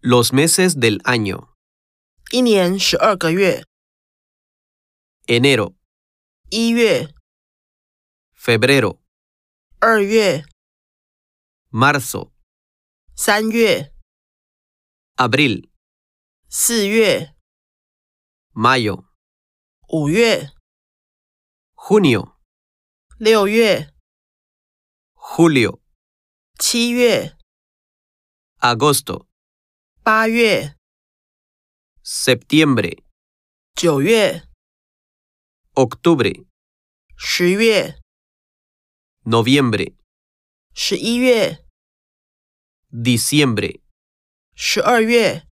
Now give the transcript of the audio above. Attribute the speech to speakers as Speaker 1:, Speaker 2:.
Speaker 1: Los meses del año.
Speaker 2: 一年十二个月：
Speaker 1: Enero,
Speaker 2: 一月、
Speaker 1: febrero,
Speaker 2: 二月、
Speaker 1: marzo,
Speaker 2: 三月、
Speaker 1: abril,
Speaker 2: 四月、
Speaker 1: mayo,
Speaker 2: 五月、
Speaker 1: junio,
Speaker 2: 六月、
Speaker 1: julio,
Speaker 2: 七月、
Speaker 1: agosto,
Speaker 2: 八月、
Speaker 1: septiembre,
Speaker 2: 九月、
Speaker 1: octubre,
Speaker 2: 十月、
Speaker 1: noviembre,
Speaker 2: 十一月、
Speaker 1: diciembre,
Speaker 2: 十二月、